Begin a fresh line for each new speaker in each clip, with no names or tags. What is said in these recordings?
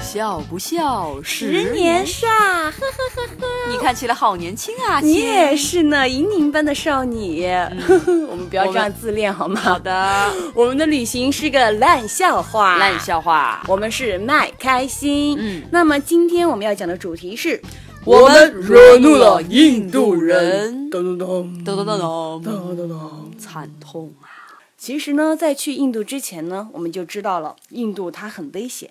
笑不笑？
十年少，呵呵呵 呵。
你看起来好年轻啊！
你
亲
也是呢，银铃般的少女。 我们不要这样自恋好吗？
嗯好的，
我们的旅行是个烂笑话，
烂笑话。
我们是麦开心。
嗯
那么今天我们要讲的主题是，
我们惹怒了印度人
咚咚
噔
咚
噔噔噔，
咚咚咚。
惨痛啊！
其实呢，在去印度之前呢，我们就知道了印度它很危险，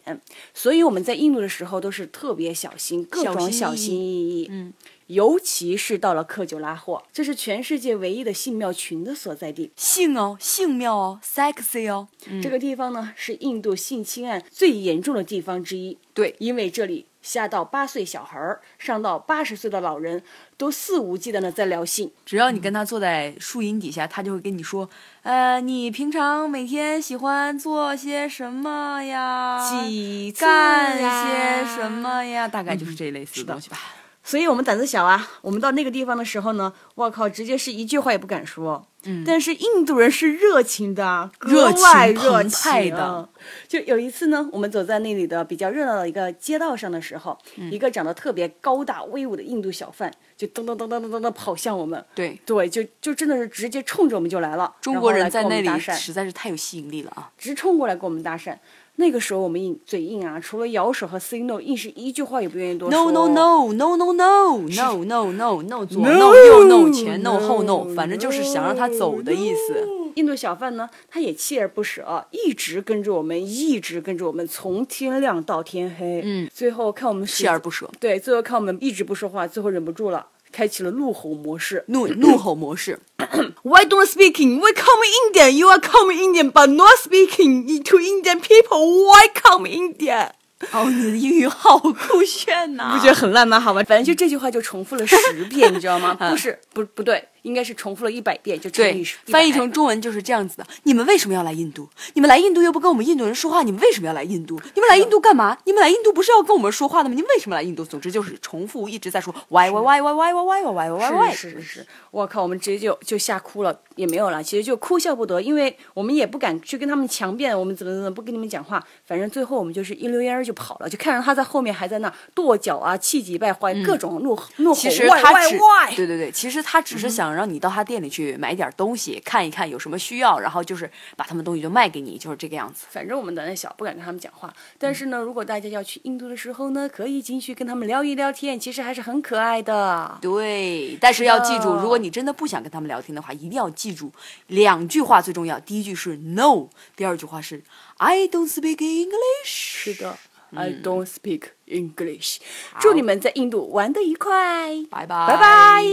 所以我们在印度的时候都是特别小心，各种小
小心
心翼翼。
嗯，
尤其是到了克久拉霍，这是全世界唯一的信庙群的所在地。
性哦，性妙哦，sexy 哦。
这个地方呢，是印度性侵案最严重的地方之一。
对，
因为这里下到八岁小孩儿，上到八十岁的老人，都肆无忌惮的在聊性。
只要你跟他坐在树荫底下，他就会跟你说：“呃，你平常每天喜欢做些什么呀？
几次
干
呀
些什么呀？”大概就是这一类似的东西吧。
所以我们胆子小啊，我们到那个地方的时候呢，我靠，直接是一句话也不敢说。嗯，但是印度人是热情的啊，格
热情
外热
澎湃
情啊
的。
就有一次呢，我们走在那里的比较热闹的一个街道上的时候，
嗯
一个长得特别高大威武的印度小贩就噔噔噔噔噔噔噔跑向我们。
对，
对，就就真的是直接冲着我们就来了，
中国人在那
然后来跟我
里
们搭讪
实在是太有吸引力了啊！
直冲过来跟我们搭讪。那个时候我们硬嘴硬啊，除了摇手和 say no，硬是一句话也不愿意多
No
说。
no no no no no no no no no 左
No,
no 右 no 前 no
no,
后 no，反正就是想让他走的意思。
印度小贩呢，他也锲而不舍，一直跟着我们，一直跟着我们，从天亮到天黑。
嗯，
最后看我们实
锲而不舍，
对，最后看我们一直不说话，最后忍不住了，开启了怒吼模式。
怒怒吼模式。
Why don't speaking? We come Indian. You are come Indian, but not speaking to Indian people. Why come Indian?
哦，你的英语好酷炫呐、
不觉得很烂吗？好吧，反正就这句话就重复了十遍， 你知道吗？不是，不不对，应该是重复了一百遍，就乘
对
以10，
翻译
100
成中文就是这样子的。你们为什么要来印度？你们来印度又不跟我们印度人说话，你们为什么要来印度？你们来印度干嘛？你们来印度不是要跟我们说话的吗？你们为什么来印度？总之就是重复一直在说 why why why why why why why why why why。
哎是是是是，我靠，我们直接就就吓哭了，也没有了，其实就哭笑不得，因为我们也不敢去跟他们强辩，我们怎么怎么不跟你们讲话，反正最后我们就是一溜烟儿就跑了，就看着他在后面还在那儿跺脚啊，气急败坏，各种怒怒
嗯
吼，
其实
why
他
why
只
why
对对对，其实他只是想让你到他店里去买点东西，看一看有什么需要，然后就是把他们东西就卖给你，就是这个样子。
反正我们胆子小，不敢跟他们讲话。但是呢，如果大家要去印度的时候呢，可以进去跟他们聊一聊天，其实还是很可爱的。
对，但是要记住，
的
如果你真的不想跟他们聊天的话，一定要记住两句话最重要。第一句是 no，第二句话是 I don't speak English。
是的、i
嗯
don't speak English。祝你们在印度玩得愉快，
拜拜，
拜拜